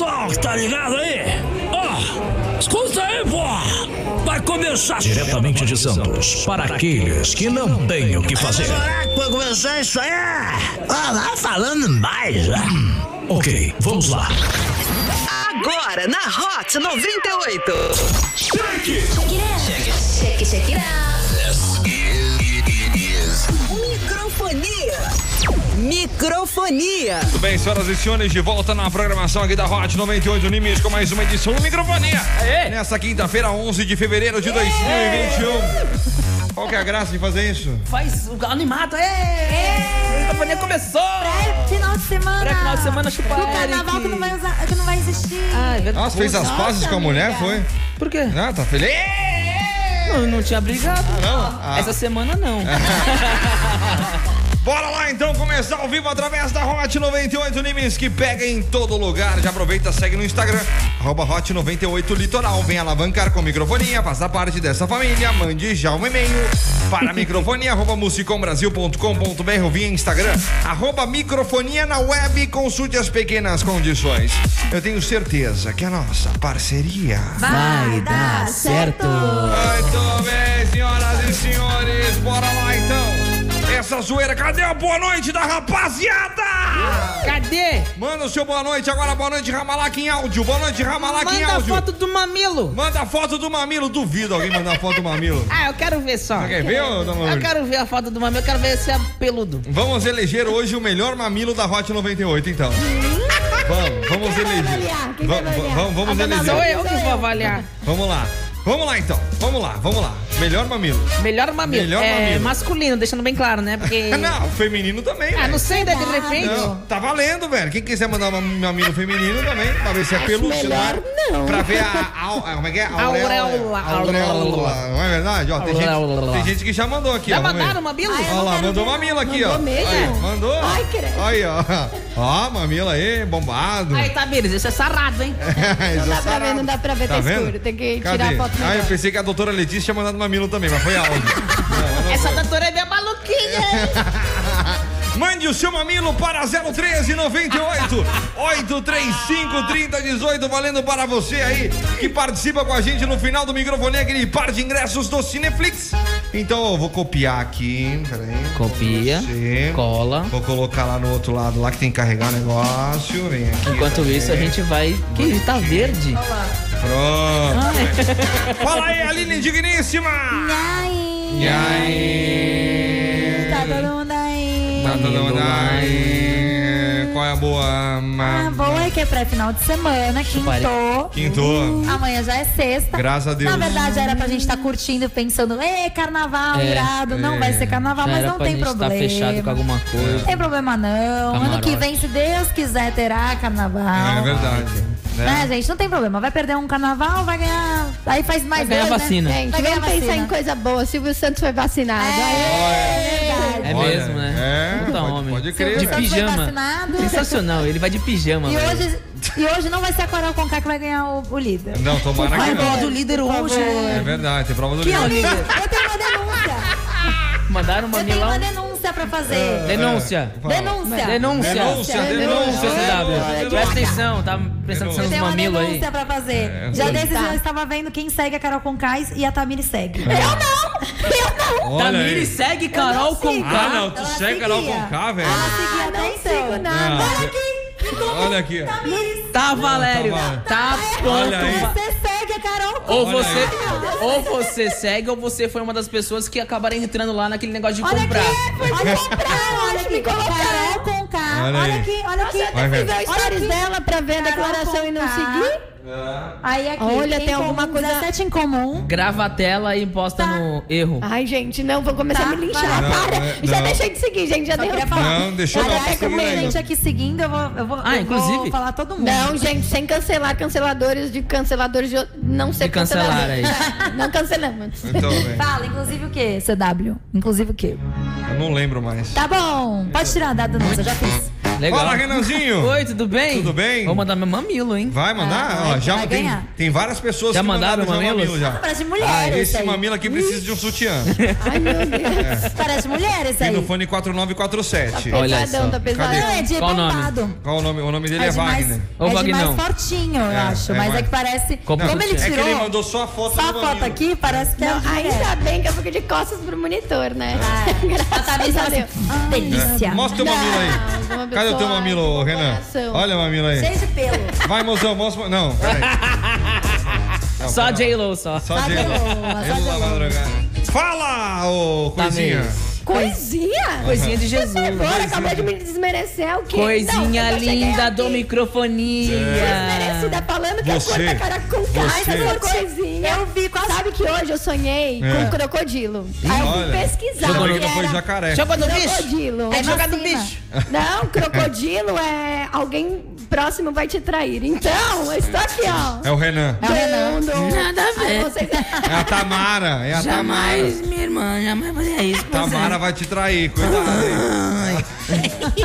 rock, tá ligado aí? Ó, escuta aí, pô! Vai começar Diretamente de Santos, para aqueles que não têm o que fazer. Será que vai começar isso aí? Ó, lá falando mais, né? Ok, vamos lá. Agora na Hot 98. Check, check it out. Microfonia. Microfonia. Tudo bem, senhoras e senhores, de volta na programação aqui da Hot 98 Nimes com mais uma edição do Microfonia. Nessa quinta-feira, 11 de fevereiro de 2021. Qual que é a graça de fazer isso? Faz o animado, tá é! A companhia começou! Final de semana. Pré-final de semana, Do chupa carnaval que não vai usar, que não vai existir. Ah, é verdade. Nossa, fez as pazes com a mulher, foi? Por quê? Ah, tá feliz? Não, não tinha brigado. Não? Ah. Essa semana não. Bora lá então começar ao vivo através da Hot 98 Nimes, que pega em todo lugar. Já aproveita, segue no Instagram, arroba Hot 98 Litoral. Vem alavancar com microfonia, faça parte dessa família. Mande já um e-mail para microfonia, arroba musicombrasil.com.br ou via Instagram, arroba microfonia na web. Consulte as pequenas condições. Eu tenho certeza que a nossa parceria. Vai dar certo. Muito bem, senhoras e senhores, bora lá então. Essa zoeira, cadê a boa noite da rapaziada? Cadê? Manda o seu boa noite agora, boa noite Ramalac em áudio, boa noite Ramalac em Manda a áudio. foto do mamilo. Manda a foto do mamilo, duvido alguém mandar a foto do mamilo. Ah, eu quero ver só. Você quer ver, ô, dona Eu Lourdes? quero ver a foto do mamilo, eu quero ver se é peludo. Vamos eleger hoje o melhor mamilo da Hot 98, então. Vamos, vamos Quem vai eleger. avaliar? Quem vai Vamos, avaliar? vamos, vamos A dona eleger. Sou eu Sou que vou eu. avaliar. Vamos lá. Vamos lá então. Vamos lá, vamos lá. Melhor mamilo. Melhor mamilo. Melhor é, mamilo. masculino, deixando bem claro, né? Porque... Não, feminino também. Ah, velho. não sei, né? De repente... Não, tá valendo, velho. Quem quiser mandar um mamilo feminino também, pra ver se é peludo. melhor não. Pra ver a. a- a- como é que é? Auréola. Auréola. Não é verdade? Ó, tem, gente, Auréola. tem gente que já mandou aqui, Já ó. vamos ver. mandaram o mamilo? Ai, Olha lá, Mandaram mandou mesmo. mamilo aqui, Mandou ó. mesmo? Aí, mandou. Ai, credo. Aí, ó. Ó, mamilo aí, bombado. Aí, Tamires, esse é sarado, hein? Não dá pra ver, não tá dá pra ver, tá escuro, tem que tirar a foto Ah, eu melhor. pensei que a doutora Letícia tinha mandado mamilo também, mas foi áudio. Não, não Essa doutora é minha maluquinha, hein? Mande o seu mamilo para 013 98 835 3018, valendo para você aí que participa com a gente no final do microfone, aquele par de ingressos do Cineflix. Então eu vou copiar aqui, peraí. Copia, Você. cola. Vou colocar lá no outro lado, lá que tem que carregar o negócio. Vem aqui. Enquanto também. isso, a gente vai. Que tá verde? Pronto. Fala aí, Aline Digníssima! Ai, E aí? tá todo mundo aí. Tá todo mundo aí? Qual é a boa? A boa é que é pré-final de semana, quintou. Quinto. Amanhã já é sexta. Graças a Deus. Na verdade, era pra gente estar curtindo, pensando, ê, carnaval, É, irado. Não é. vai ser carnaval, Tá, mas não tá tem problema. Não coisa. tem problema, não. Ano que Camarote. vem, se Deus quiser, terá É carnaval. verdade. Né, Né? gente? Não tem problema. Vai perder um carnaval, vai ganhar. Aí faz mais Vai ganhar dois, vacina. Né? Gente, Vai ganhar vamos pensar vacina. em coisa boa. Silvio Santos foi vacinado. É verdade. É Olha, mesmo, né? é, Puta pode- homem. pode Silvio crer, né? De velho. Santos foi pijama. vacinado. Sensacional, ele vai de pijama. E velho. hoje, e hoje não vai ser a Coral Conká que vai ganhar o, o líder. Não, tomara que Ai, prova do não. líder hoje. É verdade, tem prova do Eu livro. tenho eu tenho uma denúncia. Mandaram uma Eu tenho uma milão. denúncia pra fazer. É. Denúncia. Denúncia. É. Denúncia. Denúncia, denúncia, denúncia. CW. Presta atenção, tá prestando Denúncia. atenção Eu nos tenho uma mamilos aí. denúncia pra fazer. É, Já sim. desses Tá. eu estava vendo quem segue a Carol Concais e a Tamiri segue. Eu não! Eu não! Olha Tamiri aí. segue Carol Eu não sei. com Ah, K. Tá, não, tu Ela segue Carol seguia. com K, velho. Ela seguia até não então. sigo nada. Olha aqui! Me conta, Olha aqui. Tamires. Tá, Valério. Valério. Tá Olha aí. pronto. Você segue a Carol Conká. Ou Olha você, aí. ou você segue, ou você foi uma das pessoas que acabaram entrando lá naquele negócio de Olha comprar. aqui! Olha comprar! Olha aqui! Carol Conká. Olha Olha aí. aqui! Olha aqui! Vai ver. Viu stories aqui. dela pra ver a Carol declaração e não Conká. seguir? É. Aí aqui, Olha, em tem comum, alguma coisa- 17 em comum. Grava a tela e posta Tá. no erro. Ai, gente, não, vou começar a Tá, me linchar. vai. Para. Não, é- Já não. deixei de seguir, gente. Já deu. Queria falar. Não, deixa eu Olha, não, tá é como seguindo tem ainda. gente aqui seguindo, eu vou, eu vou, Ah, eu vou inclusive? falar todo mundo. Não, gente, sem cancelar canceladores de canceladores de não ser De cancelar canceladores. Não cancelamos. Então, velho. Fala, inclusive o quê, CW? Inclusive o quê? Eu não lembro mais. Tá bom, pode tirar a data, não, eu já fiz. Legal. Fala, Renanzinho. Oi, tudo bem? Tudo bem? Vou mandar meu mamilo, hein? Vai mandar? Ah, Ó, vai- já vai tem, ganhar. tem várias pessoas Já que mandaram já mamilos? mamilo já. Ah, Parece mulher isso Esse aí. mamilo aqui precisa de um sutiã. Ai, É. meu Deus. Parece mulher isso aí. Não, Vinofone 4947. Olha só. Pesadão, tá pesadão. é de Qual o nome? bombado. Qual o nome? O nome dele é, É de mais, Wagner. Ô, é de mais Vagnão. fortinho, eu É, acho. é mas é mais- que parece... Como Não, ele É tirou que ele mandou só a foto só a do foto mamilo. aqui, parece que é Não, de mulher. ainda bem que eu fico de costas pro monitor, né? A Thalys Graças a fala assim, Deus. "Ah, delícia. É, Mostra o teu mamilo Não, uma aí. Cadê o teu pessoa mamilo, com Renan? coração. Olha o mamilo aí. Cheio de pelo. Vai, mozão, mostra. Não, peraí. Não, Só peraí. J-Lo, só. Só Só J. J-Lo, só Ele lá J-Lo. vai drogar. Fala, ô coisinha. mesmo. Coisinha? Coisinha de Jesus. Vai embora, acabou de me desmerecer é o quê? Coisinha Não, eu cheguei linda aqui do microfonia. Desmerecida, falando que Você- eu corto a cara com você- gás, essa coisinha. Eu vi quase... Sabe que hoje eu sonhei É. com um crocodilo. Aí eu Olha, fui pesquisar Ainda o bem que que não foi era. jacaré. Joga do bicho. Crocodilo. É joga do vacina. bicho. Não, crocodilo é alguém próximo vai te trair. Então, eu estou aqui, ó. É o Renan. É o Renan. Nada a ver. Vocês... É a Tamara. É a Jamais, minha irmã, jamais fazer isso. Tamara. Tamara vai te trair, cuidado. hein?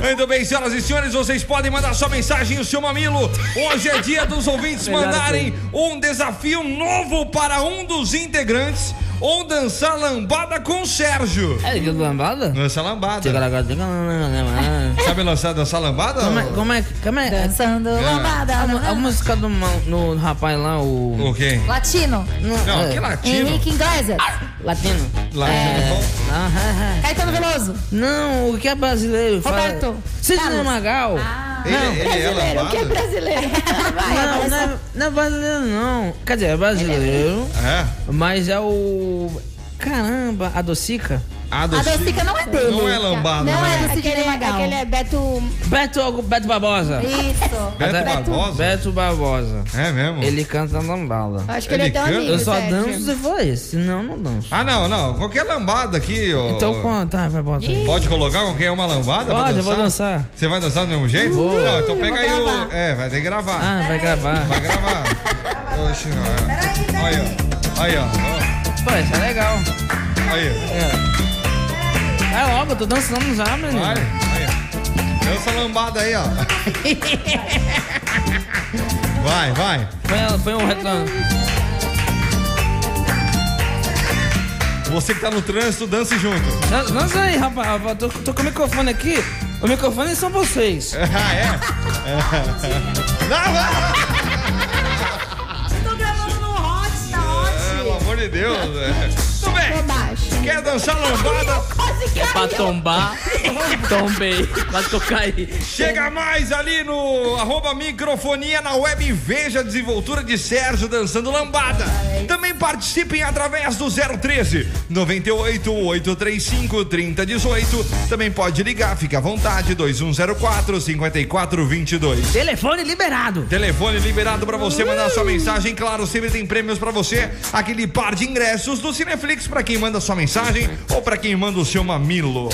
Muito bem, senhoras e senhores, vocês podem mandar sua mensagem, o seu mamilo. Hoje é dia dos ouvintes Melhor mandarem um desafio novo para um dos integrantes ou dançar lambada com o Sérgio. É de lambada? Dança lambada. Como Sabe lançar dançar lambada? é, como é, como é? Dançando né? lambada. A, mu- a nanana. música do, ma- do rapaz lá, o... O quê? Latino. Não, Não, é, que latino. Henrique Iglesias. Latino. Latino. Ah, ah, ah. Caetano Veloso. Não, o que é brasileiro? Roberto. Sidney Carlos. Magal. Ele, ele é Brasileiro, o que é lambada? brasileiro? Ah, Vai, Não, não é, não é brasileiro, não. Quer dizer, é brasileiro, É. mas é o... Caramba, a docica. A A do Cid- Docica não é dele. Não é lambada, Não né? é do Sidney Aquele, Magal. aquele é Beto... Beto, Beto Barbosa. Isso. Beto Até- Barbosa? Beto Barbosa. É mesmo? Ele canta lambada. Acho que ele, Ele é teu canta? amigo, Eu só Sérgio. danço se for esse, senão eu não danço. Ah, não, não. Qualquer lambada aqui, ó. Então conta, vai, vai, bota aí. Pode colocar qualquer uma lambada? pra Pode, eu vou dançar. Você vai dançar do mesmo jeito? Vou. Não, então pega aí o. gravar. É, vai ter que gravar. Ah, vai gravar. Vai gravar. Oxe, ó. Olha, ó. Aí, ó. Pô, isso é legal. Ó, Aí, Vai logo, É. eu tô dançando já, menino. vai. Aí, ó. Dança a lambada aí, ó. Vai, vai. Põe, põe um retorno. Você que tá no trânsito, dance junto. Dan- Dança aí, rapaz. rapaz. Tô, tô com o microfone aqui. O microfone são vocês. Ah, é? Não, vai. Tô gravando no Hot, tá Pelo Hot. amor de Deus. é. Tudo bem. Baixo. Quer dançar lambada? Pra tombar, tombei. Quase que eu caí. Chega mais ali no arroba microfonia na web e veja a desenvoltura de Sérgio dançando lambada. Também participem através do 013 98 835 3018. Também pode ligar, fica à vontade, 2104 5422. Telefone liberado. Telefone liberado pra você mandar sua mensagem. Claro, sempre tem prêmios pra você. Aquele par de ingressos do Cineflix pra quem manda sua mensagem ou pra quem manda o seu mamilo.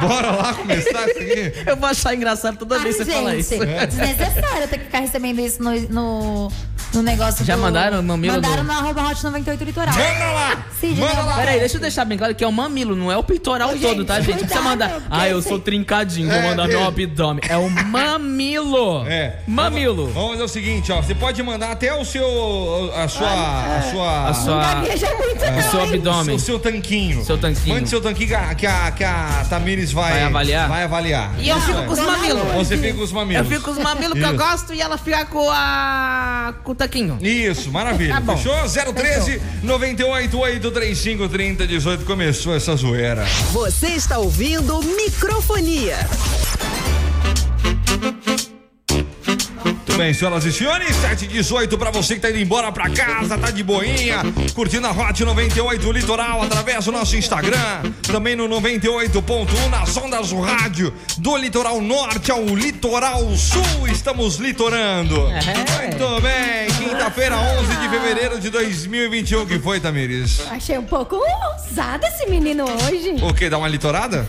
Bora lá começar isso aqui. Eu vou achar engraçado toda Ai, vez que você fala isso. gente, é desnecessário ter que ficar recebendo isso no, no, no negócio Já do- mandaram o mamilo Mandaram do- no arroba Hot 98 Litoral. Manda lá! Sidney Manda lá! Peraí, deixa eu deixar bem claro que é o mamilo, não é o peitoral Ô, todo, gente, tá, gente? Não precisa cuidado, mandar. porque Ah, eu assim- sou trincadinho, vou É, mandar meu é. abdômen. É o mamilo. É. Mamilo. Vamos fazer o seguinte, ó. Você pode mandar até o seu. a sua. a sua. é. A sua. Gagueja é O muito, seu não, hein? O abdômen. seu tanquinho. Seu tanquinho. Mande seu tanquinho que a, que a, que a Tamires vai, Vai avaliar? Vai avaliar. É. E eu fico com os mamilos. Você fica com os Eu mamilos. fico com os mamilos que eu Isso. gosto e ela fica com a. com o taquinho. Isso, maravilha. Tá bom. Fechou? 013 98 835 30 18. Começou essa zoeira. Você está ouvindo microfonia. Muito bem, senhoras e senhores, 718 pra você que tá indo embora pra casa, tá de boinha, curtindo a Hot 98 Litoral através do nosso Instagram, também no 98.1 nas ondas do rádio, do litoral norte ao litoral sul, estamos litorando. É. Muito bem, quinta-feira, 11 de fevereiro de 2021, que foi, Tamires? Achei um pouco ousado esse menino hoje. O quê? Dá uma litorada?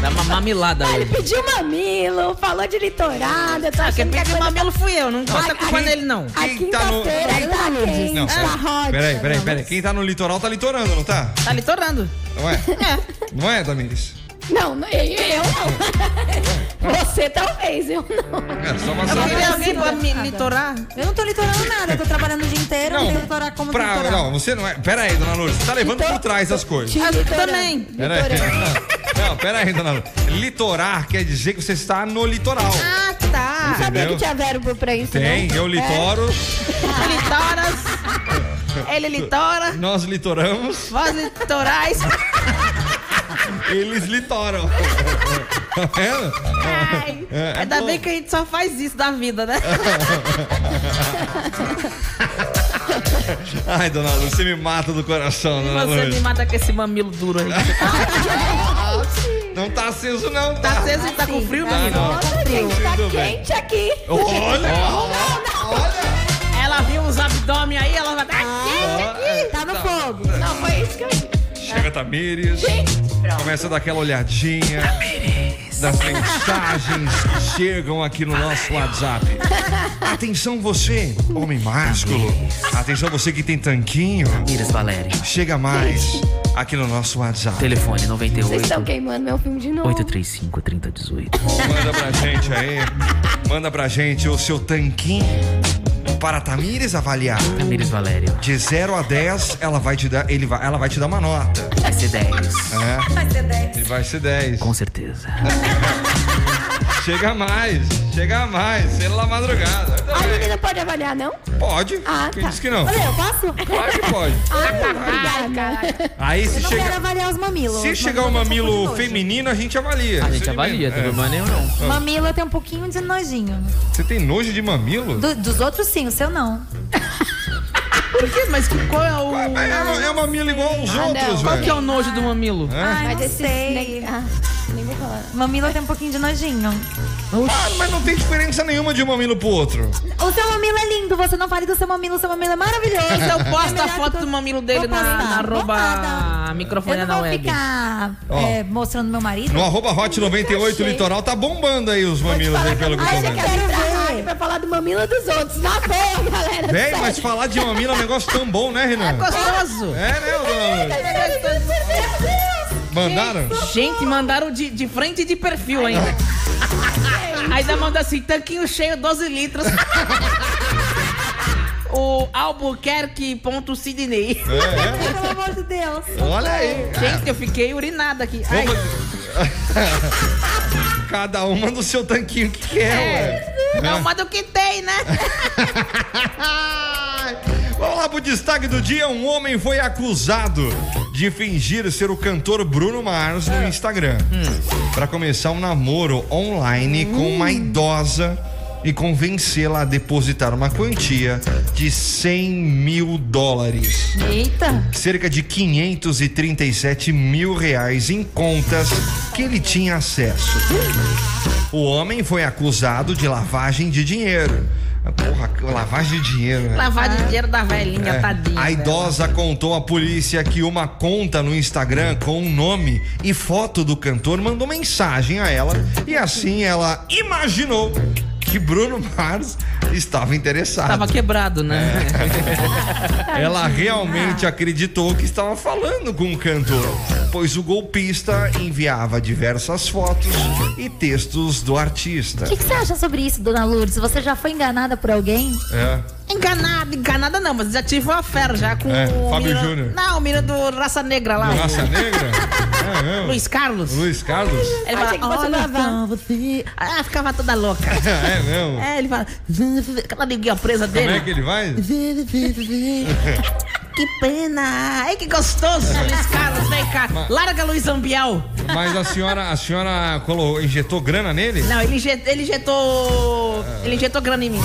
Dá uma mamilada Ah, Ele hoje. pediu mamilo, falou de litorada, eu tô Ah, quem achando que a pediu coisa... tá mamilo fui eu, não Ai, bota a culpa ai. nele, não. A Quem tá no- quinta-feira Quem tá tá no- quente, Não, tá hot. Peraí, peraí, peraí. Quem tá no litoral tá litorando, não tá? Tá litorando. Não é? Não é, Tamires? Não, não, eu, eu não. Você talvez, eu não. É, só uma Eu saída. não alguém litorando assim pra me nada. litorar? Eu não tô litorando nada, eu tô trabalhando o dia inteiro, não, tenho litorar um como pra, litorar. não, você não é. Pera aí, dona Lourdes, você tá levando por trás as coisas. Te litorando. também. Pera aí. Não, pera aí, dona Lourdes. Litorar quer dizer que você está no litoral. Ah, tá. Não sabia Entendeu? que tinha verbo pra isso, Tem, não. eu litoro, Litoras. Ele litora. nós litoramos, Vós litorais. eles litoram. Tá vendo? Ai, ainda bem que a gente só faz isso da vida, né? Ai, dona Lourdes, você me mata do coração, dona Você me Lourdes. mata com esse mamilo duro aí. Não tá aceso, não, tá? Tá aceso e tá com Assim, frio, menino? Nossa, gente, tá Tudo bem. quente aqui. Olha! tá. Ela viu os abdômen aí, ela vai. Tá quente aqui. Tá no fogo. Não, foi isso que eu... Chega, Tamires. Gente, Começa a dar aquela olhadinha das mensagens que chegam aqui no nosso WhatsApp. Atenção você, homem másculo. Atenção você que tem tanquinho. Iris Valéria. Chega mais aqui no nosso WhatsApp. Telefone vocês 98 estão queimando meu filme de novo. 835 3018. Manda pra gente aí. Manda pra gente o seu tanquinho para Tamires avaliar. Tamires Valério. De 0 a 10, ela vai te dar, ele vai, ela vai te dar uma nota. Vai ser 10. né? Vai ser 10. Ele vai ser 10. Com certeza. Chega mais, chega mais, sendo lá madrugada. Muito A bem. menina pode avaliar, não? Pode. Ah, Quem tá. disse que não? Olha, eu posso? Claro que pode. Ah, tá. Obrigada. Aí se Não quero chega. avaliar os mamilos. Se Os chegar um mamilos eu tô mamilo com nojo. feminino, a gente avalia. A gente avalia, tá É. problema não. Mamilo tem um pouquinho de nojinho. Você tem nojo de mamilo? Do- dos outros sim, o seu não. Por que? Mas que- qual é o. É, é, é um mamilo igual aos Ah, outros, não. Qual que é velho. o nojo do mamilo? É. Ai, Mas não esse sei. nem- Ah, nem vou falar. Mamilo tem um pouquinho de nojinho. Ah, mas não tem diferença nenhuma de um mamilo pro outro. O seu mamilo é lindo, você não fale do seu mamilo, o seu mamilo é maravilhoso. Então Eu posto É a melhor foto que do tu- mamilo dele Vou na, na postar. arroba Postada. microfone na Eu não vou web. ficar Ó. é, mostrando meu marido. No arroba hot 98 achei. litoral tá bombando aí os mamilos aí, pelo que eu tô é Ai, já vendo. quero ir pra Quero ver. rádio pra falar do mamilo dos outros. Na boa, galera. Bem, sério. mas falar de mamilo é um negócio tão bom, né, Renan? Gostoso! É, né, dona? Mandaram? Gente, mandaram de, de frente e de perfil ainda. Ainda mandou assim, tanquinho cheio, 12 litros. o Albuquerque ponto Sidney. É, Pelo amor de Deus. é. Olha aí. Gente, eu fiquei urinada aqui. Ai, Vamos- Cada um manda o seu tanquinho que quer, É. ué. não, manda o que tem, né? Vamos lá pro destaque do dia. Um homem foi acusado de fingir ser o cantor Bruno Mars no Instagram. Pra começar um namoro online com uma idosa e convencê-la a depositar uma quantia de 100 mil dólares Eita. cerca de 537 mil reais em contas que ele tinha acesso. O homem foi acusado de lavagem de dinheiro. Ah, Porra, lavagem de dinheiro, né? É. Lavar de dinheiro da velhinha, tadinha. né? A velho. idosa contou à polícia que uma conta no Instagram com o nome e foto do cantor mandou mensagem a ela e assim ela imaginou que Bruno Mars estava interessado. Tava quebrado, né? Ela realmente acreditou que estava falando com o cantor, pois o golpista enviava diversas fotos e textos do artista. O que, que você acha sobre isso, dona Lourdes? Você já foi enganada por alguém? É. Enganada, enganada não, mas já tive uma fera já com É, o. Fábio menino- Júnior. Não, o menino do Raça Negra lá. o Raça Negra? É mesmo? Luiz Carlos. Luiz Carlos? Ele Achei que fala, você olha só lavava." você. Ah, ficava toda louca. É mesmo? É, ele fala, aquela linguinha presa Como é dele. que ele vai? Que pena. Ai, que gostoso, É. Luiz Carlos, vem cá. Larga Luiz Ambiel. Mas a senhora, a senhora colo- injetou grana nele? Não, ele, inje- ele injetou. Ele injetou grana em mim.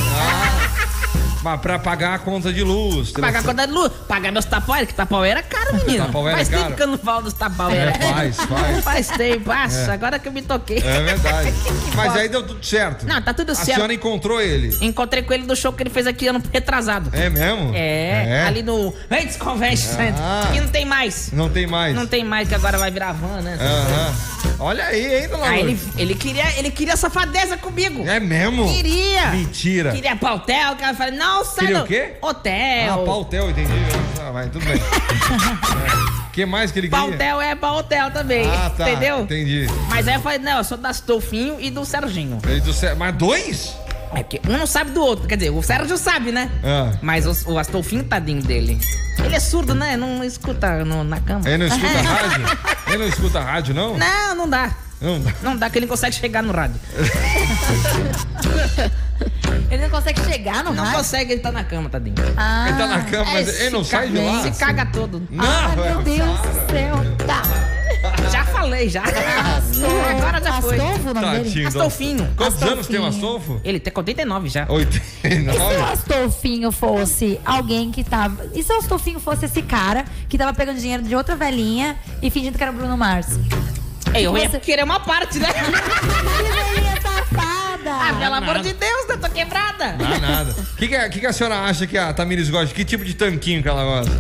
Mas pra pagar a conta de luz. Pagar a telefone- conta de luz, pagar meus tapauera, que tapauera era caro, menino. Tapauera Faz é caro. tempo que eu não falo dos tapauera. É, faz, faz. Faz tempo, acha, agora que eu me toquei. É verdade. Mas bosta. aí deu tudo certo. Não, tá tudo A certo. senhora encontrou ele. Encontrei com ele no show que ele fez aqui ano retrasado. É mesmo? É, ali no Antes Convention Center. Ah. Que não tem mais. Não tem mais. Não tem mais, que agora vai virar van, né? Aham. Olha aí, hein, dona Aí ele, Lourdes? ele, queria, ele queria safadeza comigo. É mesmo? Queria. Mentira. Queria pra hotel, que ela falou, não, sai Queria do- o quê? Hotel. Ah, pautel, entendi. Ah, vai, tudo bem. que mais que ele queria? Pautel é Pautel também. Ah, tá. Entendeu? Entendi. Mas aí eu falei, não, eu sou das Tofinho e do Serginho. Ele do Cé- Mas dois? É porque um não sabe do outro. Quer dizer, o Sérgio sabe, né? Ah. Mas o, o Astolfinho, tadinho dele. Ele é surdo, né? Não escuta no- na cama. Ele não escuta rádio? Ele não escuta rádio, não? Não, não dá. Não. Não dá, que ele não consegue chegar no rádio. Ele não consegue chegar no Ah. Não rádio. consegue, ele tá na cama, tadinho. Ele tá na cama, mas ele não sai de lá? Ah, é Se caga Ah, todo. Ah, Ai, Não, meu é- Deus do céu. Tá. Já falei, já. Agora já foi. Tá, Astolfo, o nome dele? Tadinho. do- Astolfinho. Quantos anos tem o Astolfo? Ele tem 49 já. 89? E se o Astolfinho fosse alguém que tava. E se o Astolfinho fosse esse cara que tava pegando dinheiro de outra velhinha e fingindo que era o Bruno Mars? Ei, eu ia Você- querer uma parte, né? Que velhinha Ah, safada! pelo amor de Deus, eu tô quebrada. Ah, nada. O que, que, a- que que a senhora acha que a Tamires gosta? Que tipo de tanquinho que ela gosta?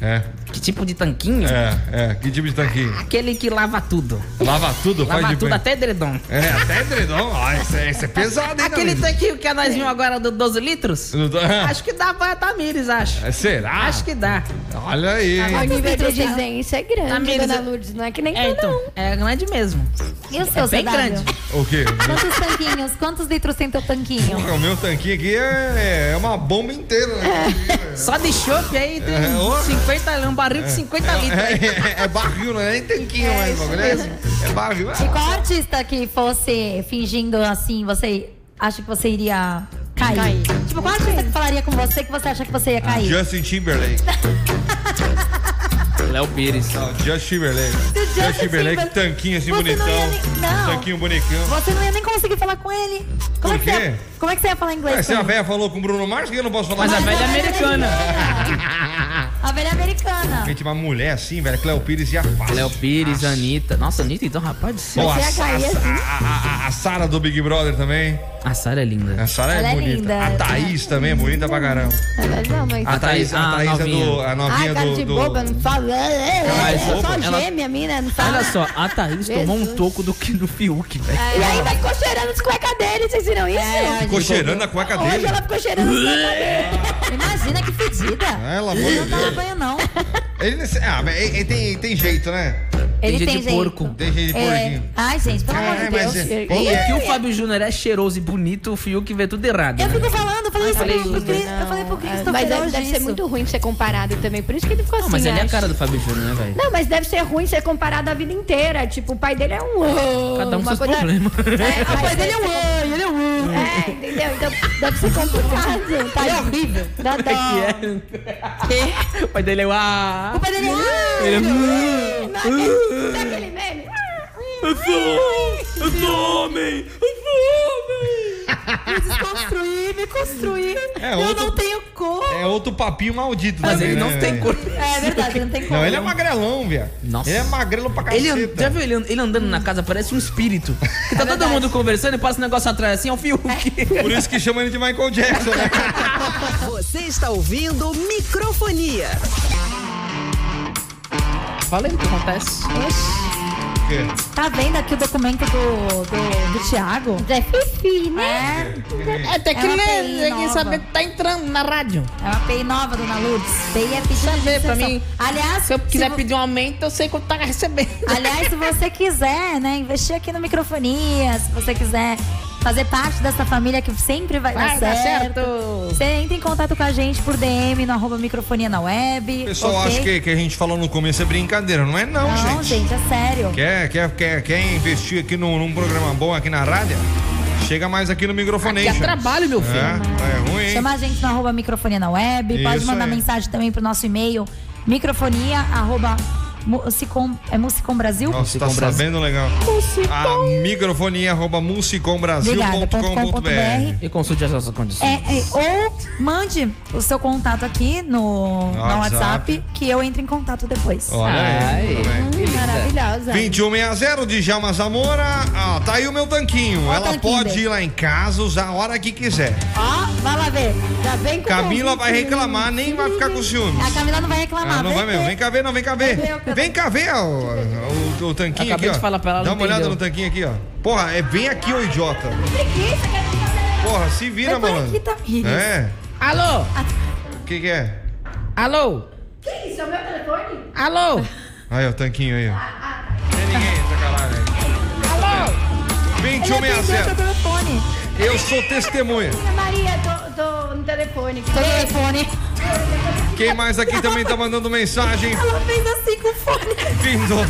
É, Que tipo de tanquinho? é, é. Que tipo de tanquinho? Aquele que lava tudo. Lava tudo, faz Lava de tudo banho. até edredom. É, até edredom. Ó, esse, é- esse é pesado, hein, Aquele Tamires? tanquinho que é nós vimos agora do 12 litros? Não tô- Acho que dá pra Tamires, acho. É, Será? Acho que Tá dá. Olha aí, hein? O nível de Quantos litros exigência é grande, Amiga, dona você- Lourdes. Não é que nem É, tu, não. então. É grande mesmo. E o seu, É bem CW? grande. O quê? Quantos tanquinhos? Quantos litros tem teu tanquinho? O meu tanquinho aqui é, é uma bomba inteira. né? Só de chope aí tem É, ô. 50, é um barril de 50 litros. aí. É, é- é barril, não é nem tanquinho mais, o bagulho é, é barril. E Ah, qual artista que fosse fingindo assim, você acha que você iria cair? Cair. Tipo, qual artista que falaria com você que você acha que você ia cair? Ah, Justin Timberlake. Léo Pires. Não, Justin Timberlake. Se o Justin Justin Timberlake, Timber- tanquinho assim Você bonitão. não ia nem- não. Tanquinho bonitão. Você não ia nem conseguir falar com ele. Por Como, é que, você ia, quê? Ah, como é que você ia falar inglês? Ué, se com a ele? véia falou com o Bruno Mars, que eu não posso falar Mas a com velha americana. é A velha americana. Gente, uma mulher assim, velho, Cléo Pires e a Léo face. Pires, Anitta. Nossa, Anitta, então, rapaz do céu. Ó, a, Você ia é cair a- assim. a- a- a Sara do Big Brother também. A Sara é A linda. Sara é, Ela é bonita. linda. A Thaís também é bonita pra caramba. Mas não, mas... A Thaís, a a ah, Thaís é do. novinha. A Ai, Ah, novinha cara do. de do- boba, não fala. É, é, Mas é, só boba, ela- gêmea, mina, não fala. Olha só, a Thaís tomou um Jesus. toco do que do Fiuk, velho. É, E ainda ficou cheirando as cuecas dele, vocês viram isso? Ficou cheirando a cueca Hoje dele. ela ficou cheirando as cuecas dele. Imagina que fedida. Ela foi. Não toma banho, não. Ele, nesse- ah, mas ele, ele tem, ele tem jeito, né? Ele jeito tem de jeito. porco. Tem jeito de É. porquinho. Ai, gente, pelo amor Caralho, de mas Deus. é- Deus, O ele que é- o Fábio Júnior é cheiroso e bonito, o Fiuk vê tudo errado. Eu né? fico falando, eu falei isso falei pro, pro isso, Cris. Eu falei pro Cris, tô Mas deve, feliz deve ser tá disso. muito ruim ser comparado também. Por isso que ele ficou Não, assim. mas ele é a acho. cara do Fábio Júnior, né, velho? Não, mas deve ser ruim ser comparado a vida inteira. Tipo, o pai dele é um. Oh, Cada um com uma seus coisa- problemas. É, o pai dele é um. Ai, ele é um. É, entendeu? Então deve ser complicado. Tá é horrível. Dá dó. O pai dele é o. O pai dele é. Ah, Ele é. Não, aquele- não é um aquele meme? Eu sou, eu sou homem, eu sou homem. me desconstruir, me construir. É, eu outro- não tenho cor. É outro papinho maldito Mas também, ele né, não tem velho? cor. É verdade, não tem cor. Não, ele é magrelão, viado. Nossa. Ele é magrelo pra caceta. Ele, an- já viu ele, an- ele andando na casa? Parece um espírito. Que tá todo mundo conversando e passa um negócio atrás assim, é o Fiuk. Por isso que chama ele de Michael Jackson, né? Você está ouvindo microfonia. Fala aí o que acontece. Porque- Tá vendo aqui o documento do, do, do Thiago? É fifi, né? É, É, tem que É uma ler, PI tem que nova. saber que tá entrando na rádio. é uma PI nova, dona Lourdes. PI é pedido de ver pra inserção. mim. Aliás, Se eu quiser vo- pedir um aumento, eu sei quanto tá recebendo. Aliás, se você quiser, né, investir aqui no microfonia, se você quiser fazer parte dessa família que sempre vai, Vai dar dar certo. certo. Você entra em contato com a gente por DM no arroba microfonia na web. O pessoal ok? acha que, que a gente falou no começo é brincadeira. Não é não, Não, gente. gente, é sério. Quer, quer, quer, quer investir aqui num, num programa bom aqui na rádio? Chega mais aqui no Que Microfonation. é trabalho, meu filho. É, é ruim, hein? Chama a gente no arroba microfonia na web. Pode Isso mandar aí. mensagem também pro nosso e-mail microfonia arroba musicom, é musicom Brasil? Nossa, tá sabendo legal. A microfonia arroba Obrigada, ponto com musicombrasil.com.br ponto br. E consulte as nossas condições. É, é, ou mande o seu contato aqui No no, no WhatsApp. WhatsApp, que eu entro em contato depois. Olha aí. Ai, Hum, Maravilhosa. 2160 de Jama Zamora. Ah, tá aí o meu tanquinho. Ó o Ela tanquinho pode dele. ir lá em casa usar a hora que quiser. Ó, vai lá ver. Já vem com Camila convite. vai reclamar, nem vai ficar com ciúme. A Camila não vai reclamar, Ah, não vai mesmo. Vem cá ver, não, vem cá ver. Vem cá ver ó, o, o, o tanquinho Acabei aqui, ó. de falar pra ela, Dá não uma olhada entendeu. no tanquinho aqui, ó. Porra, é bem aqui, ô idiota. Porra, se vira, Vem por É, malandro. aqui, Tamires. É? Alô? O que que é? Alô? Que isso? É o meu telefone? Alô? Aí, ó, o tanquinho aí, ó. Tem ninguém, sacanagem. 2160. Ele atendeu seu telefone. Eu sou testemunha. Ana Maria, tô, tô no telefone. Seu telefone. Quem mais aqui também tá mandando mensagem? Ela fez assim com o fone. Fim do, Eu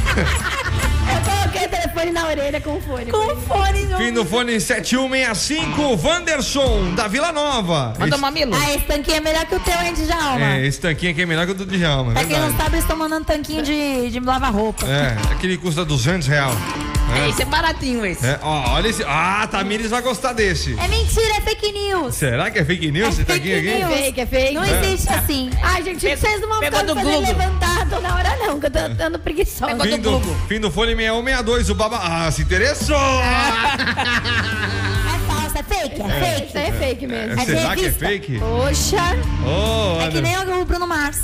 coloquei o telefone na orelha com o fone. Com o fone. no- fim do fone 7165, Wanderson, da Vila Nova. Manda Esse- mamilo. Ah, esse tanquinho é melhor que o teu, hein, Djalma? É, esse tanquinho aqui é melhor que o do Djalma, é Pra quem não verdade. sabe, eles estão mandando tanquinho de, de lavar roupa. É, aquele custa 200 real. Esse é baratinho, esse. É, ó, olha esse. Ah, a Tamires vai gostar desse. É mentira, é fake news. Será que é fake news É esse fake tanquinho aqui? news. É fake, é fake. Não existe assim. Ai, gente, vocês não vão pegou ficar me do fazendo Google. levantar toda hora, não, que eu tô andando preguiçosa. Pegou Fim do do, Google. fim do fone 6162, o baba. Ah, se interessou! É falso, é fake, é É, fake. Isso aí é fake mesmo. É, será que é revista. fake? Poxa, Ô, É que Anderson. nem o Bruno Mars,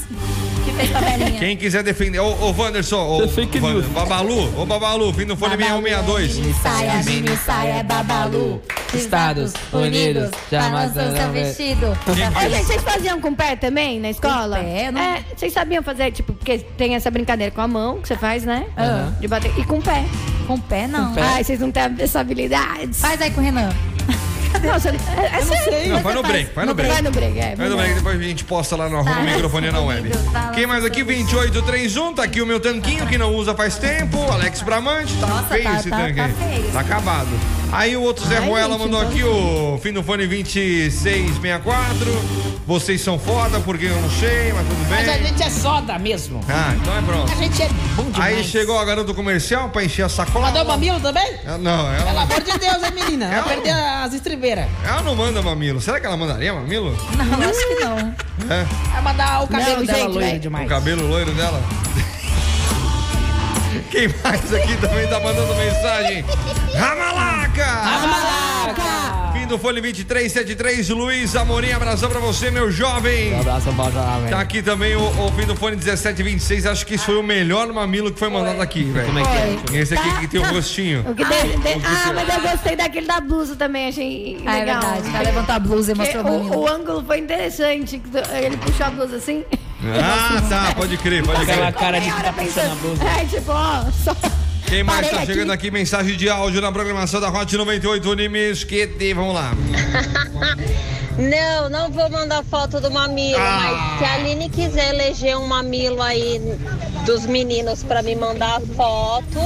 que fez tabelinha. Quem quiser defender. Ô, ô Wanderson, ô, É fake Wander- news. Babalu, ô Babalu, fim do fone Babalu, 6162. é Mini saia, mini saia, babalu. Estados Unidos, jamais balança o seu serão vestido. Ô, gente, vocês faziam com o pé também na escola? Com o pé, eu não- É, vocês sabiam fazer, tipo, porque tem essa brincadeira com a mão que você faz, né? Aham. De bater. E com o pé. Com o pé, não. Ai, vocês não têm essa habilidade. Faz aí com o Renan. Nossa, é, é sério. Não, vai no break, vai no break. Vai no break, é. Vai no break, um depois a gente posta lá no arroba Balança microfone na comigo, web. balança Quem mais aqui? comigo. 2831, tá aqui o meu tanquinho que não usa faz tempo. Alex Bramante, tá Nossa, feio tá- esse tá- tanque tá aí. feio. Tá acabado. Aí o outro Zé Ai, Ruela gente, mandou então- aqui o fim do fone 2664. Vocês são foda porque eu não sei, mas tudo Mas a bem. gente é soda mesmo. Ah, então é pronto. A gente é bom demais. Aí chegou a garota do comercial pra encher a sacola. Mandou mamilo também? Ela- Não, ela Pelo amor de Deus, hein, menina? É Vai um- perder as estribeiras. Ela não manda mamilo. Será que ela mandaria mamilo? Não, acho que não. É, Vai mandar o cabelo Não, dela gente, loiro vai- o demais. cabelo loiro dela. Quem mais aqui também tá mandando mensagem? Ramalaca! Ramalaca! Fim do Fone 2373, Luiz Amorim, abração pra você, meu jovem. Um abraço, bota lá, velho. Tá aqui também o, o fim do Fone 1726, acho que esse foi o melhor mamilo que foi mandado aqui, velho. Como é que é? Esse aqui que tem o rostinho. O que deu- deu- ah, mas eu gostei daquele da blusa também, achei legal. Ah, é verdade. Ela levantou a blusa e Porque mostrou o o, mamilo. o ângulo foi interessante. que Ele puxou a blusa assim. Ah, tá, pode crer, pode Aquela crer. cara de Meia que hora tá puxando a pensando. blusa. É, tipo, ó, só. Quem mais Parei tá chegando aqui? Mensagem de áudio na programação da Hot 98 Unimes QT. Vamos lá. Não, não vou mandar foto do mamilo, Ah. mas se a Aline quiser eleger um mamilo aí dos meninos para me mandar foto,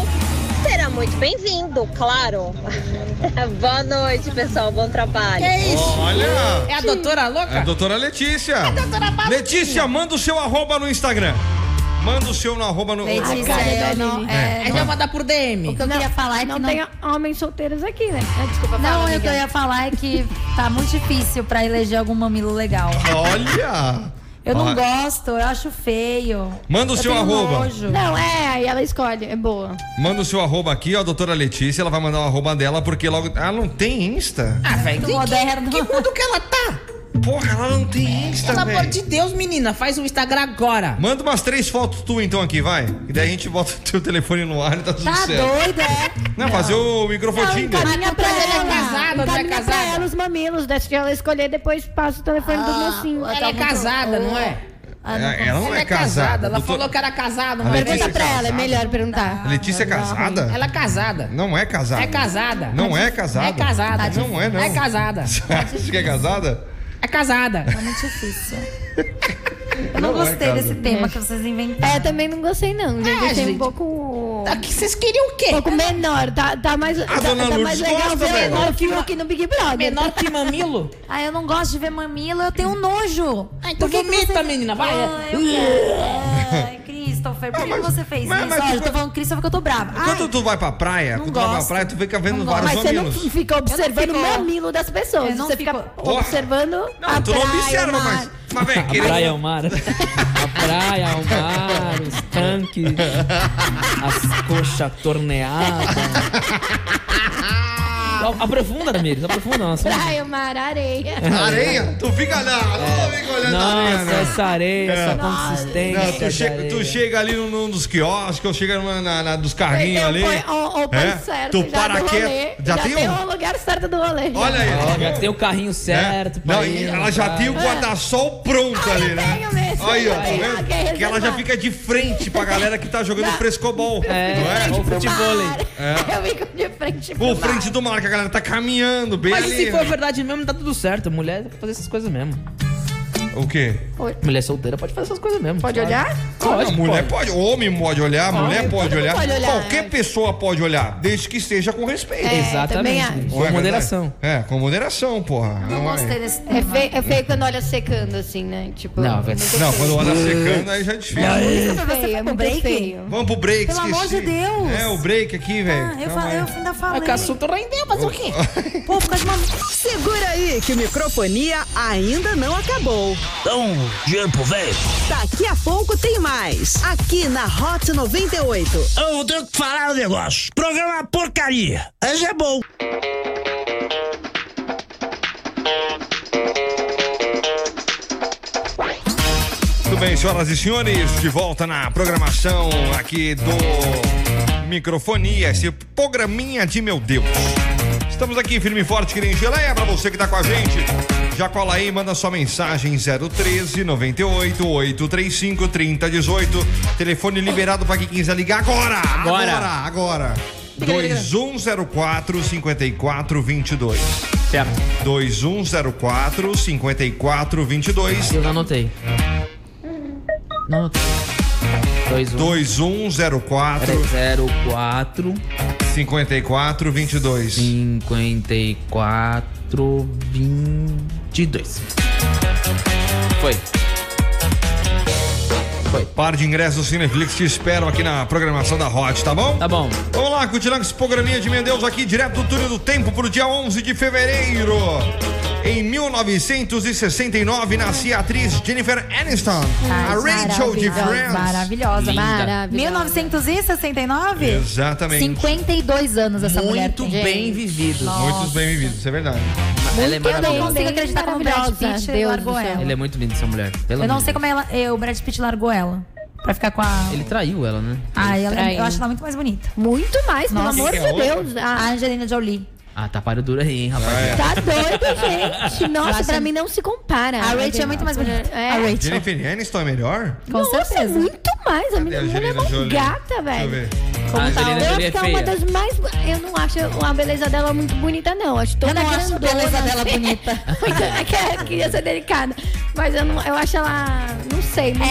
será muito bem-vindo, claro. Boa noite, pessoal, bom trabalho. Olha! É a doutora É a louca? doutora Letícia. Letícia, manda o seu arroba no Instagram. Manda o seu no arroba no. Letícia, cara é, da não, Lili. é, Aí vai mandar por o DM. que eu queria falar é que Não, não... tem homens solteiros aqui, né? Ah, Desculpa, Não, fala, eu, o que amiga. eu ia falar é que tá muito difícil pra eleger algum mamilo legal. Olha! Eu não Olha. gosto, eu acho feio. Manda o Eu seu tenho arroba. nojo. Não, é, aí ela escolhe, é boa. Manda o seu arroba aqui, ó, a doutora Letícia. Ela vai mandar o arroba dela, porque logo. Ela não tem Insta? Ah, velho. Muito moderno. Que, que mundo que ela tá? Porra, ela não tem Pelo Insta, amor velho. de Deus, menina, faz o Instagram agora. Manda umas três fotos tu então aqui, vai. E daí a gente bota o teu telefone no ar e tá tudo Tá certo. doido, é? Não, fazer o Não, microfone. encaminha pra ela. Mas ela é casada, não é encaminha pra casada? ela os mamilos, deixa ela escolher, depois passa o telefone do mocinho. Ela é casada, não é? Ah, não ela não Ela é casada. Ela doutora- falou que era casada. A Mas Letícia Pergunta pra ela, é casada? melhor perguntar. Letícia é casada? ela é casada. Não é casada. É casada. Não é casada. É casada. Não é, não. É casada. Você acha que é casada? É casada. tá muito difícil. Eu Não não é gostei casa. desse tema que vocês inventaram. É, também não gostei não, gente. É, achei gente. Tá um pouco... Aqui, vocês queriam o quê? Um pouco menor, tá, tá mais, tá, Ah, dona tá mais Lourdes legal gosta, ver o velho. menor que o que no Big Brother. tá? Menor que mamilo? Ah, eu não gosto de ver mamilo, eu tenho nojo. Ah, então Por que que vomita, menina, vai. Ah, eu quero. Ai, Christopher, por Ah, que mas- você fez mas- isso? mas Olha, tu- eu tô falando Christopher que eu tô brava. Ai, Quando tu vai pra praia, quando tu vai pra gosto. praia, tu fica vendo Não vários Mas você não mamilos. fica observando ficou. o mamilo das pessoas. Eu não Você fica fico. observando Não, a tu não praia, é observa, o mar. mas. Mas, velho, A querendo- praia, é um- o mar. A praia, o mar, os tanques, as coxas torneadas. A- Aprofunda, Tamires, aprofunda. Nós somos- Praia, mar, areia. Areia? Tu fica lá, não fica olhando a areia, É. Nossa, né? essa areia, essa É. consistência. Não, tu, de chega, areia. tu chega ali num, num dos quiosques, ou chega numa, na, na- dos carrinhos Perdeu, ali. põe Então o, o pai É? certo, Tu já para do quieto. rolê, Já já, tem tem, um- o lugar certo do rolê. Olha aí. Ó, já tem o carrinho né? certo. tá. pra Não, ir e na ela já praia. tem o guarda-sol pronto ali, eu né? tenho mesmo. essa. Aí, ó, tá Tem vendo? alguém Que ela já reservado. fica de frente pra galera que tá jogando Não. frescobol. não é? ou futebol. hein? Eu fico de frente pro Por mar. É. frente do mar, que a galera tá caminhando bem Mas ali. né? se for verdade mesmo, tá tudo certo. Mulher dá pra fazer essas coisas mesmo. O quê? Mulher solteira pode fazer essas coisas mesmo. Pode olhar? Não, mulher pode. Homem pode olhar, mulher pode todo mundo olhar. pode olhar. né? Qualquer pessoa pode olhar, desde que esteja com respeito. É, também Exatamente. acho. Não é Com verdade? moderação. É, com moderação, porra. Não é- gostei desse É tema. feio, é feio quando olha secando assim, né? Tipo. Não, velho. Não, quando olha secando, aí já é difícil. Você foi pro break? Vamos pro break, Pelo amor esqueci. de Deus. É, o break aqui, velho. Ah, eu, Calma falei, eu aí. ainda falei. O assunto rendeu, mas o quê? Pô, por causa de uma... Segura aí que o microfonia ainda não acabou. Então, dinheiro pro velho. Daqui a pouco tem mais. Aqui na Hot 98. Eu vou ter que falar um negócio. Programa porcaria. Mas é bom. Muito bem, senhoras e senhores, de volta na programação aqui do Microfonia, esse programinha de meu Deus. Estamos aqui firme e forte, que nem geleia, pra você que tá com a gente. Já cola aí, manda sua mensagem 013 98 835 3018. Telefone liberado pra quem quiser ligar agora! Agora. Agora! um agora. 2104 5422. Certo. 2104 5422. Eu não anotei. Não anotei. 2, 1, 2104 3, 0, 4, 54, 22. 54, 22. Foi. Par de ingressos do Cineflix te esperam aqui na programação da Hot, tá bom? Tá bom. Vamos lá, continuando com esse programinha de meu Deus aqui, direto do túnel do tempo pro dia 11 de fevereiro. Em 1969 nascia a atriz Jennifer Aniston, a Rachel de Friends. Maravilhosa. Linda. Maravilhosa. 1969? Exatamente. 52 anos essa mulher Muito tem. bem vivido. Muito bem-vindos, isso é verdade. Ela é um, Eu não maravilhosa. consigo acreditar como o Brad Pitt Maravilhosa, Deus largou do céu. ela. Ela é muito linda, essa mulher. Pelo Eu não amor sei de como ela, eu, o Brad Pitt largou ela. Pra ficar com a... Deus. Ele traiu ela, né? Ah, ela, Estranho. eu acho ela muito mais bonita. Muito mais, Nossa. pelo amor Quem que é de outra? Deus. A Ah, Angelina Jolie. Ah, tá páreo duro aí, hein, rapaz. É. tá doido, gente. Nossa, acho- pra mim não se compara. A Rachel é muito mais bonita. Ah, É. A Rachel. Jennifer Aniston é melhor? Com Nossa, certeza. muito mais. A Cadê minha a mulher é Angelina uma Jolie? gata, Deixa eu ver. velho. A Angelina Eu Jolie é acho que é uma feia. das mais. Eu não acho a beleza dela muito bonita, não. Acho toda Eu não acho a grandona, beleza assim. dela bonita. Muito- é que ela queria ser delicada. Mas eu, não, eu acho ela, não sei, muito.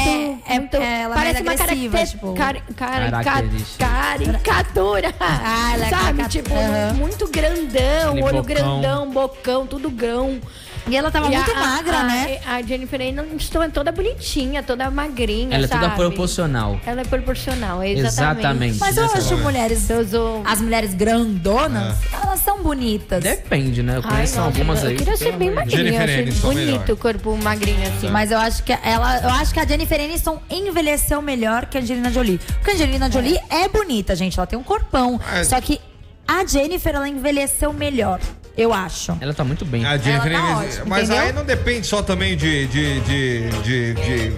É, é- muito- é, ela é parece mais uma agressiva, caracter- tipo. cari- cari- ca- Característica. caricatura. Ah, ela é sabe? carica- Tipo, Aham. muito grandão, Aquele olho bocão. grandão, bocão, tudo grão. E ela tava E muito a- a- magra, a- né? A Jennifer Aniston é toda bonitinha, toda magrinha. Ela é toda sabe? proporcional. Ela é proporcional, exatamente. Exatamente. Mas eu Dessa acho mulher. mulheres... Eu sou- As mulheres grandonas, elas são bonitas. Depende, né? Eu Ai, conheço nossa, algumas eu aí. queria ser bem magrinha, Jennifer eu achei Aniston, bonito melhor. o corpo magrinho assim. Mas eu acho que ela, eu acho que a Jennifer Aniston envelheceu melhor que a Angelina Jolie. Porque a Angelina Jolie é, bonita, gente, ela tem um corpão. É. Só que a Jennifer ela envelheceu melhor, eu acho. Ela tá muito bem. A Ah, Jennifer tá Aniston. ótima, Mas aí entendeu? não depende só também de- de- de, de, de